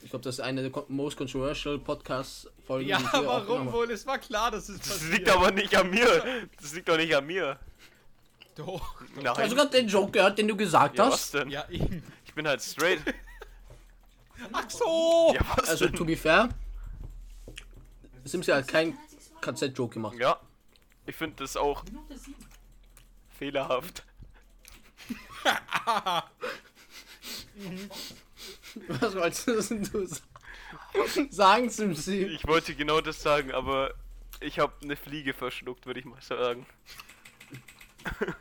Ich glaube, das ist eine der co- most controversial Podcast-Folgen.
Ja,
die ich hier
warum
aufgenommen habe.
wohl? Es war klar, dass es
Das
passiert.
liegt aber nicht an mir. Das liegt doch nicht an mir.
Doch.
Du hast
Nein.
gerade Also den Joke gehört, den du gesagt
Ja, was
hast.
denn?
Ja, eben.
Ich bin halt straight.
Ach so!
Ja, was
Also,
denn?
to be fair, Simsi hat keinen KZ-Joke gemacht.
Ja. Ich finde das auch fehlerhaft.
Was wolltest du denn du sagen? sagen, Simsi?
Ich wollte genau das sagen, aber ich habe eine Fliege verschluckt, würde ich mal sagen.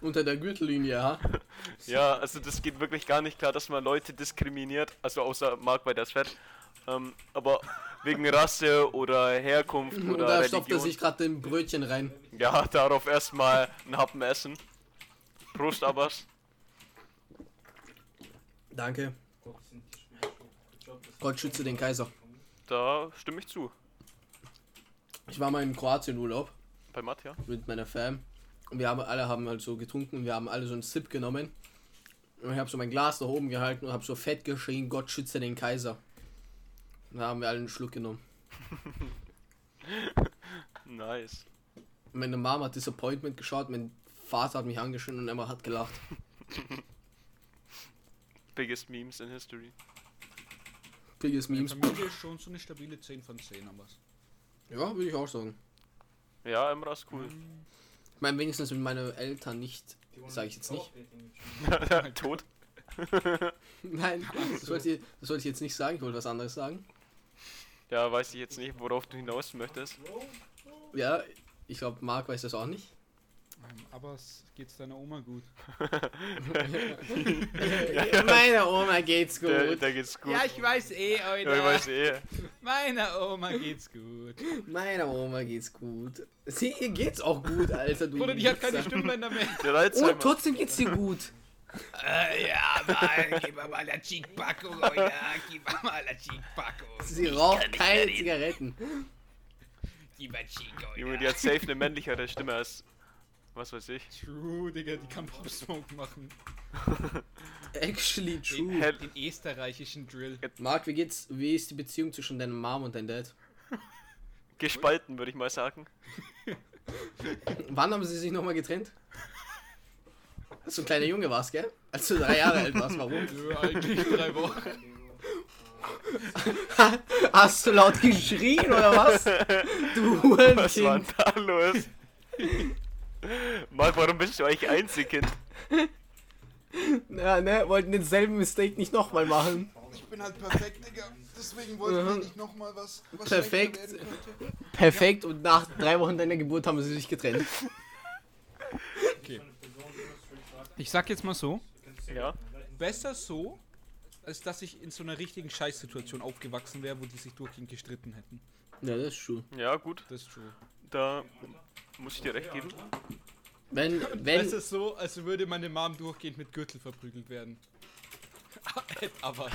Unter der Gürtellinie, ha?
Ja, also das geht wirklich gar nicht klar, dass man Leute diskriminiert, also außer Mark bei das Fett. Ähm, aber wegen Rasse oder Herkunft oder,
Und da stopft er
Religion.
sich gerade den Brötchen rein.
Ja, darauf erstmal einen Happen essen. Prost, Abbas.
Danke. Gott schütze den Kaiser.
Da stimme ich zu.
Ich war mal im Kroatien-Urlaub.
Bei Matt, ja.
mit meiner Fam. Und wir haben alle haben halt so getrunken und wir haben alle so einen Sip genommen. Und ich habe so mein Glas nach oben gehalten und habe so fett geschrien, Gott schütze den Kaiser. Und da haben wir alle einen Schluck genommen.
Nice.
Und meine Mama hat Disappointment geschaut, mein Vater hat mich angeschrien und Emma hat gelacht.
Biggest Memes in History.
Biggest Memes.
Familie ist schon so eine stabile 10 von 10, aber was?
Ja, würde ich auch sagen.
Ja, Emra ist cool.
Ich meine, wenigstens wenn meine Eltern nicht. Sag ich jetzt nicht.
Tot?
Nein, das sollte ich, das wollte ich jetzt nicht sagen, ich wollte was anderes sagen.
Ja, weiß ich jetzt nicht, worauf du hinaus möchtest.
Ja, ich glaube, Marc weiß das auch nicht.
Ähm, aber es geht's deiner Oma gut.
Meiner Oma geht's gut.
Der, der geht's gut.
ich weiß eh,
Ja, ich weiß eh.
Meiner Oma geht's gut.
Meiner Oma geht's gut. Sie, ihr geht's auch gut, Alter, du.
Bruder, die hat
Wichser.
keine Stimmbänder mehr.
Der
Oh,
Reizheimer.
trotzdem geht's dir gut.
Äh, ja, mal, gib mir mal eine Cheekpackung, Leute. Gib mir mal eine Cheekpackung.
Sie raucht keine Zigaretten.
Gib mir Cheek,
Junge, die hat safe eine männlichere Stimme als. Was weiß ich.
True, Digga, die kann Pop Smoke machen.
Actually
Den,
true.
Hell-
den österreichischen Drill.
Marc, wie geht's? Wie ist die Beziehung zwischen deiner Mom und deinem Dad?
Gespalten, würde ich mal sagen.
Wann haben sie sich nochmal getrennt? Als du ein kleiner Junge warst, gell? Als du drei Jahre alt warst, warum?
Nö, eigentlich drei Wochen.
Hast du laut geschrien oder was? Du
Was war
Hurenkind.
denn da los? Marc, warum bist du eigentlich Einzelkind?
Ja, ne? Wollten denselben Mistake nicht nochmal machen.
Ich bin halt perfekt, Digga. Deswegen wollte
Mhm.
ich nicht nochmal was, was
Perfekt.
schlechter werden könnte.
Perfekt und nach drei Wochen deiner Geburt haben sie sich getrennt.
Okay. Ich sag jetzt mal so,
Ja.
besser so, als dass ich in so einer richtigen Scheißsituation aufgewachsen wäre, wo die sich durchgehend gestritten hätten.
Ja, das ist true.
Ja, gut.
Das ist true.
Da muss ich dir recht geben.
Wenn,
Es
wenn,
ist so, als würde meine Mom durchgehend mit Gürtel verprügelt werden. Aber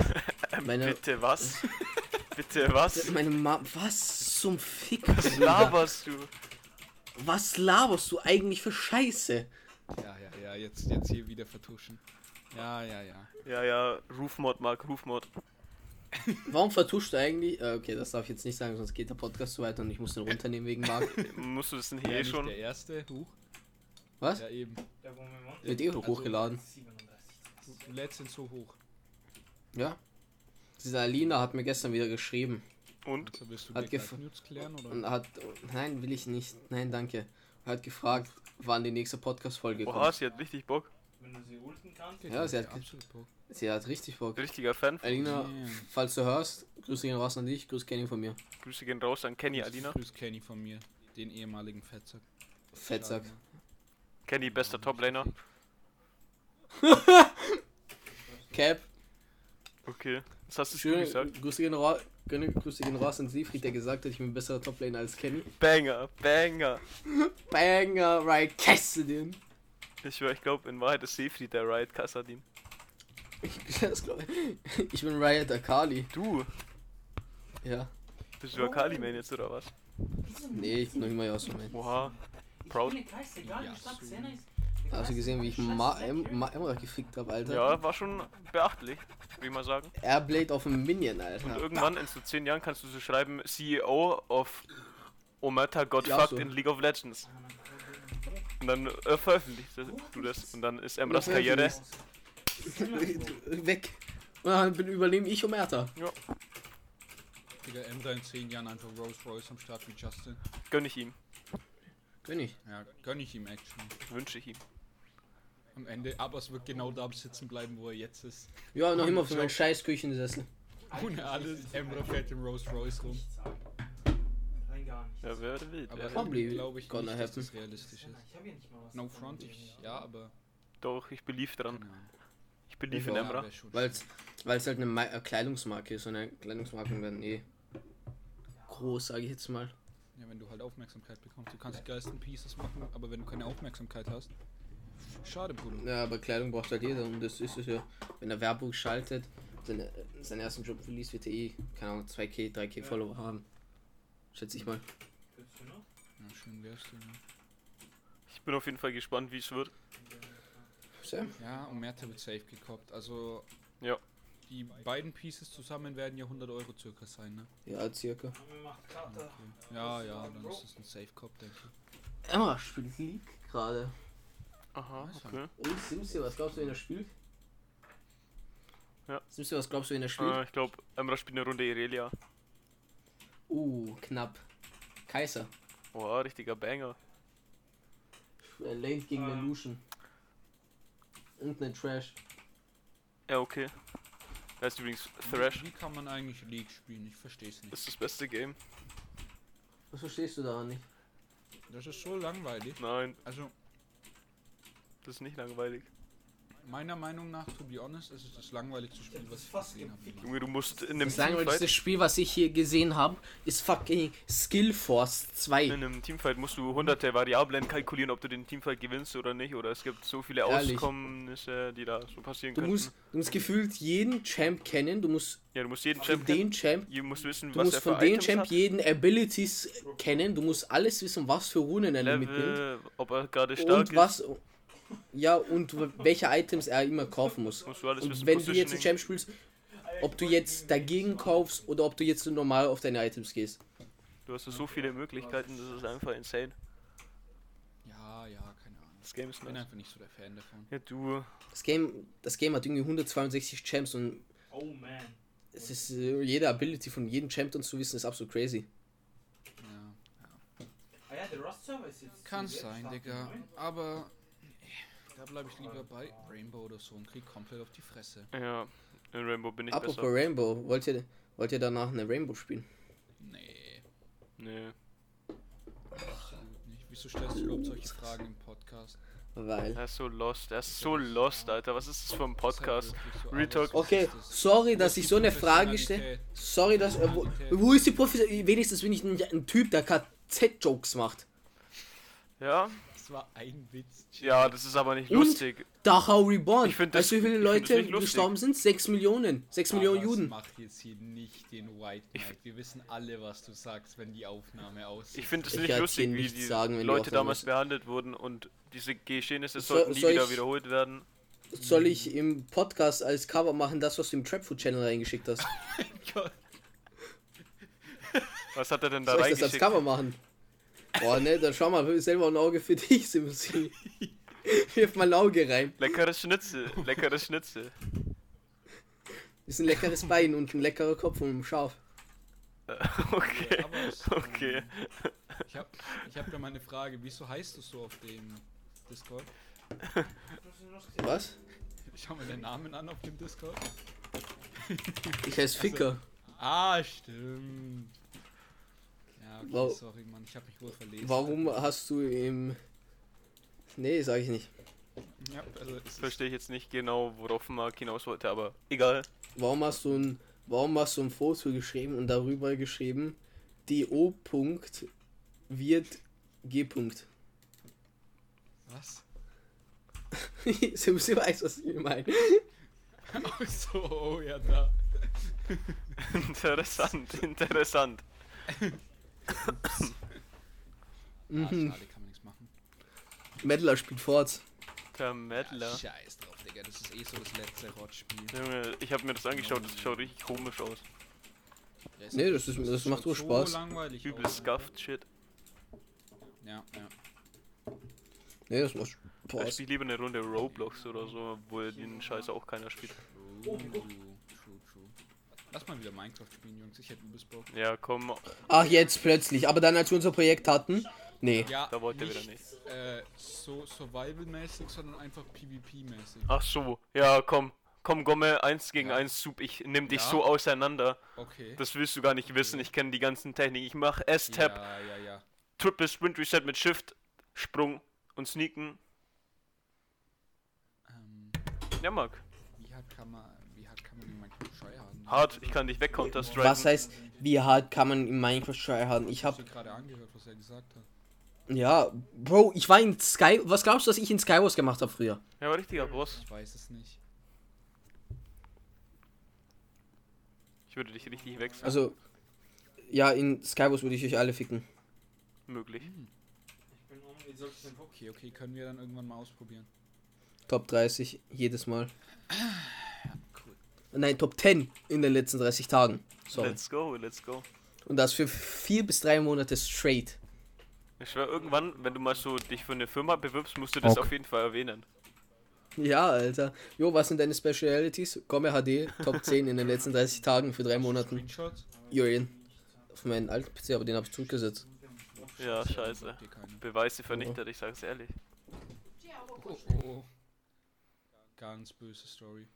meine,
Bitte was? Bitte was?
meine Ma was zum Fick,
Was
Bruder?
laberst du?
Was laberst du eigentlich für Scheiße?
ja, ja, ja, jetzt, jetzt hier wieder vertuschen. Ja, ja, ja.
Ja, ja, Rufmord, Marc, Rufmord.
Warum vertuscht du eigentlich? Äh, okay, das darf ich jetzt nicht sagen, sonst geht der Podcast so weiter und ich muss den runternehmen wegen Marc.
Musst du das denn
ja
hier eh
nicht
schon?
Der erste Huch.
Was?
Ja, eben.
Da wollen wir mal.
Wird eh hochgeladen.
37.
Du, du lädst ihn so hoch.
Ja. Diese Alina hat mir gestern wieder geschrieben
Und?
Also willst du
Hat
dir
gef-
grad Nudes klären oder?
und hat. Nein, will ich nicht. Nein, danke. Hat gefragt, wann die nächste Podcast-Folge
Oha,
kommt.
sie hat richtig Bock.
Wenn du sie ulten kannst.
Ja, sie hat, ge-
absolut Bock.
sie hat richtig Bock.
Richtiger Fan.
Alina,
Ja.
falls du hörst, Grüße gehen raus an dich, Grüße Kenny von mir.
Grüße gehen raus an Kenny, Alina.
Grüß Kenny von mir, den ehemaligen Fettsack.
Fettsack.
Schade,
Kenny, bester Toplaner.
Cap,
Okay, das hast du schon
schöne
gesagt.
Grüße gehen, ra gönne- Grüße gehen raus an Siegfried, der gesagt hat, ich bin ein besserer Toplaner als Kenny.
Banger, Banger.
Banger, right, Cassidy.
Ich, schwör, ich glaube, in Wahrheit ist Sefri der Riot Kassadin.
Ich, das glaub ich. ich bin Riot Akali.
Du,
Ja.
bist
Oh.
du Akali-Man jetzt oder was?
Nee, ich bin noch immer Yasuo, man.
Oha, proud.
Hast du gesehen, wie ich Ma em Ma Emra gefickt habe, Alter?
Ja, war schon beachtlich, würde ich mal sagen.
Airblade auf dem Minion,
Und
Alter.
irgendwann in so 10 Jahren kannst du so schreiben: CEO of Ometa got
Ja,
fucked
so.
in League of Legends. Und dann äh, veröffentlichst du das. Und dann ist Emras
Ja,
Karriere.
Weg. Und dann bin- überlebe ich um Erta.
Digga, Emra in 10 Jahren einfach Rolls Royce am Start wie Justin.
Gönn ich ihm,
Bin ich.
Ja, gönn ich ihm Action.
wünsche ich ihm.
Am Ende, Abbas wird genau da sitzen bleiben, wo er jetzt ist.
Ja, noch immer für meinen scheiß Küchensessel.
Ohne alles, Emra fährt im Rolls Royce rum.
Nein, gar nicht.
Ja, wer will.
Aber
wer will.
Probably
glaube ich
gonna
nicht, dass
happen.
das realistisch ist.
Ich hab ja nicht mal was.
No
davon.
front, ich, ja, aber...
Doch, ich belief dran.
keine Ahnung.
Ich belief in
Ja,
Emra.
wär schon
Weil es halt eine Ma äh, Kleidungsmarke ist und eine Kleidungsmarken werden eh groß, sage ich jetzt mal.
schön. Ja, wenn du halt Aufmerksamkeit bekommst. Du kannst die geilsten Pieces machen, aber wenn du keine Aufmerksamkeit hast... Schade, Bruder.
Ja, aber Kleidung braucht halt jeder und das ist es ja. Wenn er Werbung schaltet, seine, seinen ersten Job release wird er eh, keine Ahnung, 2K, 3K Follower haben. Schätze ich mal.
Willst du noch?
Ja, schön wärst du, ne?
Ich bin auf jeden Fall gespannt, wie es wird.
Sam?
Ja, und Merthe wird safe gekoppt. Also.
Ja.
Die beiden Pieces zusammen werden ja 100 Euro circa sein, ne?
Ja, circa.
Haben wir gemacht. Karte.
Ja, ja, dann ist es ein Safe Cop, denke ich.
Emma spielt League gerade.
Aha,
Also,
Nice
okay.
Und Simsi, was glaubst du, wenn er spielt?
Ja.
Simsi, was glaubst du, wenn er spielt?
Äh, ich glaube, Emra spielt eine Runde Irelia.
Uh, knapp. Kaiser.
Oha, richtiger Banger.
Äh, Lane gegen
Ah.
den Lucian. Und ne Trash.
Ja, okay. Das ist übrigens Thrash.
Wie kann man eigentlich League spielen? Ich versteh's nicht.
Das ist das beste Game.
Was verstehst du daran nicht?
Das ist so langweilig.
Nein,
Also,
das ist nicht langweilig.
meiner Meinung nach, to be honest, ist es das langweiligste Spiel, was ich gesehen habe. jemals.
Junge, du musst in einem
Das langweiligste
Teamfight,
Spiel, was ich hier gesehen habe, ist fucking Skillforce 2.
in einem Teamfight musst du hunderte Variablen kalkulieren, ob du den Teamfight gewinnst oder nicht. Oder es gibt so viele
Ehrlich?
Auskommnisse, die da so passieren
Du
können.
musst, du musst gefühlt jeden Champ kennen, du musst
ja, du musst jeden
von
Champ kennen.
den Champ,
Du musst wissen,
du
was
musst
er für
von den
Items
Champ
hat.
jeden Abilities kennen, du musst alles wissen, was für Runen er mitnimmt
Level, ob er gerade stark
und was ja und w- welche Items er immer kaufen muss.
ist. Musst du alles
Und
wissen.
wenn du jetzt einen
Positioning.
Champ spielst, ob du jetzt dagegen kaufst oder ob du jetzt nur normal auf deine Items gehst.
Du hast so viele Möglichkeiten, das ist einfach insane.
Ja, ja, keine Ahnung.
Das Game ist
Ich bin
nice.
einfach nicht so der Fan davon.
Ja, du.
Das Game, das Game hat irgendwie 162 Champs und
Oh man.
es ist äh, jede Ability von jedem Champion zu wissen ist absolut crazy.
Ja.
Ah ja, der Rust-Server ist jetzt.
Kann
zu
sein,
Webstarten,
Digga.
ne?
Aber. Da bleibe ich lieber bei Rainbow oder so und krieg komplett auf die Fresse.
Ja, in Rainbow bin ich
Apropos
besser.
Rainbow, wollt ihr, wollt ihr danach eine Rainbow spielen?
Nee,
Nee.
absolut nicht. Wieso stellst du überhaupt solche Fragen im Podcast?
Weil.
Er ist so lost, er ist so lost, Alter. Was ist das für ein Podcast?
halt
Seid halt wirklich so
Real Talk.
arbeitslos.
Okay,
Das ist-
sorry,
das
dass
ist
ich
die
so eine Frage stelle.
Professionalität.
Sorry, dass. Äh, wo, wo ist die Professionalität? Wenigstens bin ich ein, ein Typ, der KZ-Jokes macht.
Ja?
Das war ein Witz.
Ja, das ist aber nicht
Und?
lustig.
Dachau Reborn.
Ich find
weißt du, wie
das-
viele
ich find das
Leute
nicht lustig. Ah,
gestorben sind? 6 Millionen. 6 Millionen
Jonas,
Juden.
Mach jetzt hier nicht den White Knight. Wir wissen alle, was du sagst, wenn die Aufnahme aus.
Ich finde es
Ich
nicht
werd's
lustig,
Ihnen
wie
nicht
die
sagen, wenn die
Leute
Aufnahme
damals
ist.
behandelt wurden und diese Geschehnisse
So-
sollten nie
soll
wieder
ich-
wiederholt werden.
Soll ich im Podcast als Cover machen, das, was du im Trapfood-Channel reingeschickt hast?
Was hat er denn da
Soll ich das als
reingeschickt?
Cover machen? Boah, ne, dann schau mal, selber ein Auge für dich, Simsi. Wirf mal ein Auge rein.
Leckeres Schnitzel, leckeres Schnitzel.
Ist ein leckeres Bein und ein leckerer Kopf und ein Schaf.
Äh, Okay.
aber es-
Okay.
Ich habe ich hab da mal eine Frage. Wieso heißt du so auf dem Discord?
Was?
Schau mal den Namen an auf dem Discord.
Ich heiße
Also,
Ficker.
Ah, stimmt. Ja, okay,
Wow.
sorry, Mann. Ich habe mich wohl verlesen.
Warum hast du im. Nee, sag ich nicht.
Ja, also es ist
Verstehe ich jetzt nicht genau, worauf Mark hinaus wollte, aber egal.
Warum hast du ein. Warum hast du ein Foto geschrieben und darüber geschrieben, DO. Punkt wird G. Punkt.
was?
Simsi weiß, was ich meine.
Ach so, oh ja, da.
interessant, interessant.
Ah,
Mhm.
schade, kann man nichts machen.
Meddler spielt Forts.
Der
Ja,
Meddler.
scheiß drauf, Digga. Das ist eh so das letzte Rottspiel.
Junge, ich habe mir das angeschaut, das schaut richtig komisch aus.
Ja,
Nee, das ist- das macht
schaut
so Spaß.
So langweilig
Übel
aus, Alter.
scuffed shit.
Ja, ja.
Nee, das macht
Ich
Forts.
spiele lieber eine Runde Roblox oder so, obwohl den Scheiß auch keiner spielt.
True, true, true. Lass mal wieder Minecraft spielen, Jungs. Ich hätte übelst Bock.
Ja, komm,
Ach, jetzt plötzlich. Aber dann, als wir unser Projekt hatten. Nee.
Ja,
da wollte er wieder
nicht,
nicht.
Äh, so Survival-mäßig, sondern einfach PvP-mäßig.
Ach so, ja, komm. Komm, Gomme, eins gegen
Ja.
eins, Sub, ich nimm dich
Ja.
so auseinander.
Okay.
Das willst du gar nicht wissen, ich kenne die ganzen Techniken. Ich mache S-Tap,
Ja, ja, ja.
Triple Sprint Reset mit Shift, Sprung und Sneaken.
Ähm,
Ja, Marc.
wie hart kann man, wie hart kann man in Minecraft scheuern?
Hart, ich kann dich wegcounterstriken.
Was heißt, wie hart kann man in Minecraft tryharden? Ich
Hast
hab.
du gerade angehört, was er gesagt hat?
Ja, Bro, ich war in Sky. Was glaubst du, was ich in Skywars gemacht habe früher?
Ja, war richtiger Boss.
Ich weiß es nicht.
Ich würde dich richtig wechseln.
Also, ja, in Skywars würde ich euch alle ficken.
Möglich.
hm,
Ich bin um, wie soll ich denn gucken?
Okay, okay, können wir dann irgendwann mal ausprobieren.
Top 30 jedes Mal.
cool.
Nein, Top 10 in den letzten 30 Tagen. So.
Let's go, let's go.
Und das für vier bis drei Monate straight.
Ich schwör, irgendwann, wenn du mal so dich für eine Firma bewirbst, musst du das
Ok.
auf jeden Fall erwähnen.
Ja, Alter. Jo, was sind deine Specialities? Komme HD, Top 10 in den letzten 30 Tagen für drei Monaten.
Screenshots?
You're in. Auf meinen alten PC, aber den habe ich zurückgesetzt.
Ja, scheiße.
Habt ihr keine.
Beweise vernichtet, ich sag's ehrlich.
Oh, oh, oh. Ganz böse Story.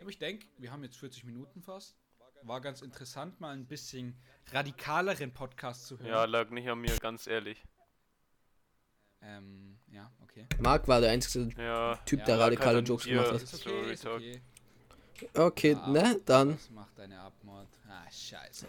Aber ich denke, wir haben jetzt 40 Minuten fast. War ganz interessant, mal ein bisschen radikaleren Podcast zu
Ja,
hören.
lag nicht an mir, ganz ehrlich.
Ja, ähm, ja okay.
Marc war der einzige
Ja,
Typ,
Ja,
der
Marc
radikale
hat
Jokes
an dir-
gemacht hat.
Ist okay,
Sorry,
ist
Talk.
okay.
Okay,
Ah.
ne, dann.
Das macht eine Abmord. Ah, scheiße.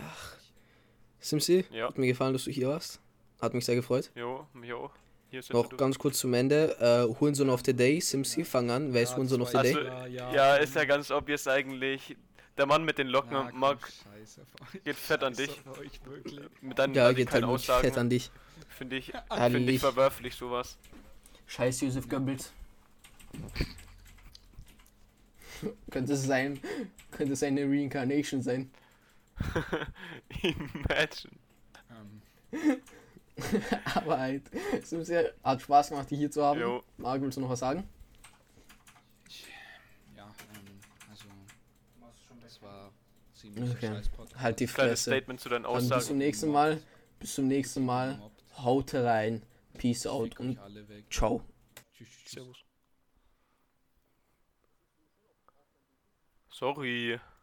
Simsi,
Ja.
hat mir gefallen, dass du hier warst. Hat mich sehr gefreut.
jo, mich auch. Hier sind
Noch
wir durch.
ganz kurz zum Ende. Äh, Hurensohn of the Day, Simsi, fang an. Wer ist
Ja,
Hurensohn of the
zwei-
Day?
Also,
Ja, ja.
ja, ist ja ganz obvious eigentlich. Der Mann mit den Locken,
Ja, komm,
ne, Marc,
Scheiße auf euch.
geht fett an
Scheiß
dich.
auf euch, wirklich.
mit deinen
Ja, geht halt
radikalen
wirklich fett
Aussagen
an dich.
finde ich,
An
find ich
dich.
verwerflich sowas.
Scheiß Josef Goebbels. könnte es sein, könnte es eine Reincarnation sein.
Imagine.
Ähm,
Aber halt, Simsi hat Spaß gemacht, dich hier zu haben.
Jo.
Marc, willst du noch was sagen?
ja, ähm, also,
Machst du schon
das war ziemlich
Okay.
scheiß Podcast.
Halt die
Kleines
Fresse.
Statement zu deinen
Dann bis zum
Aussagen.
nächsten Mal. Bis zum nächsten Mal.
Gemobbt.
Haut rein. Peace
Ich
out
fick euch
und
alle weg.
ciao.
Tschüss, tschüss.
Servus. Sorry.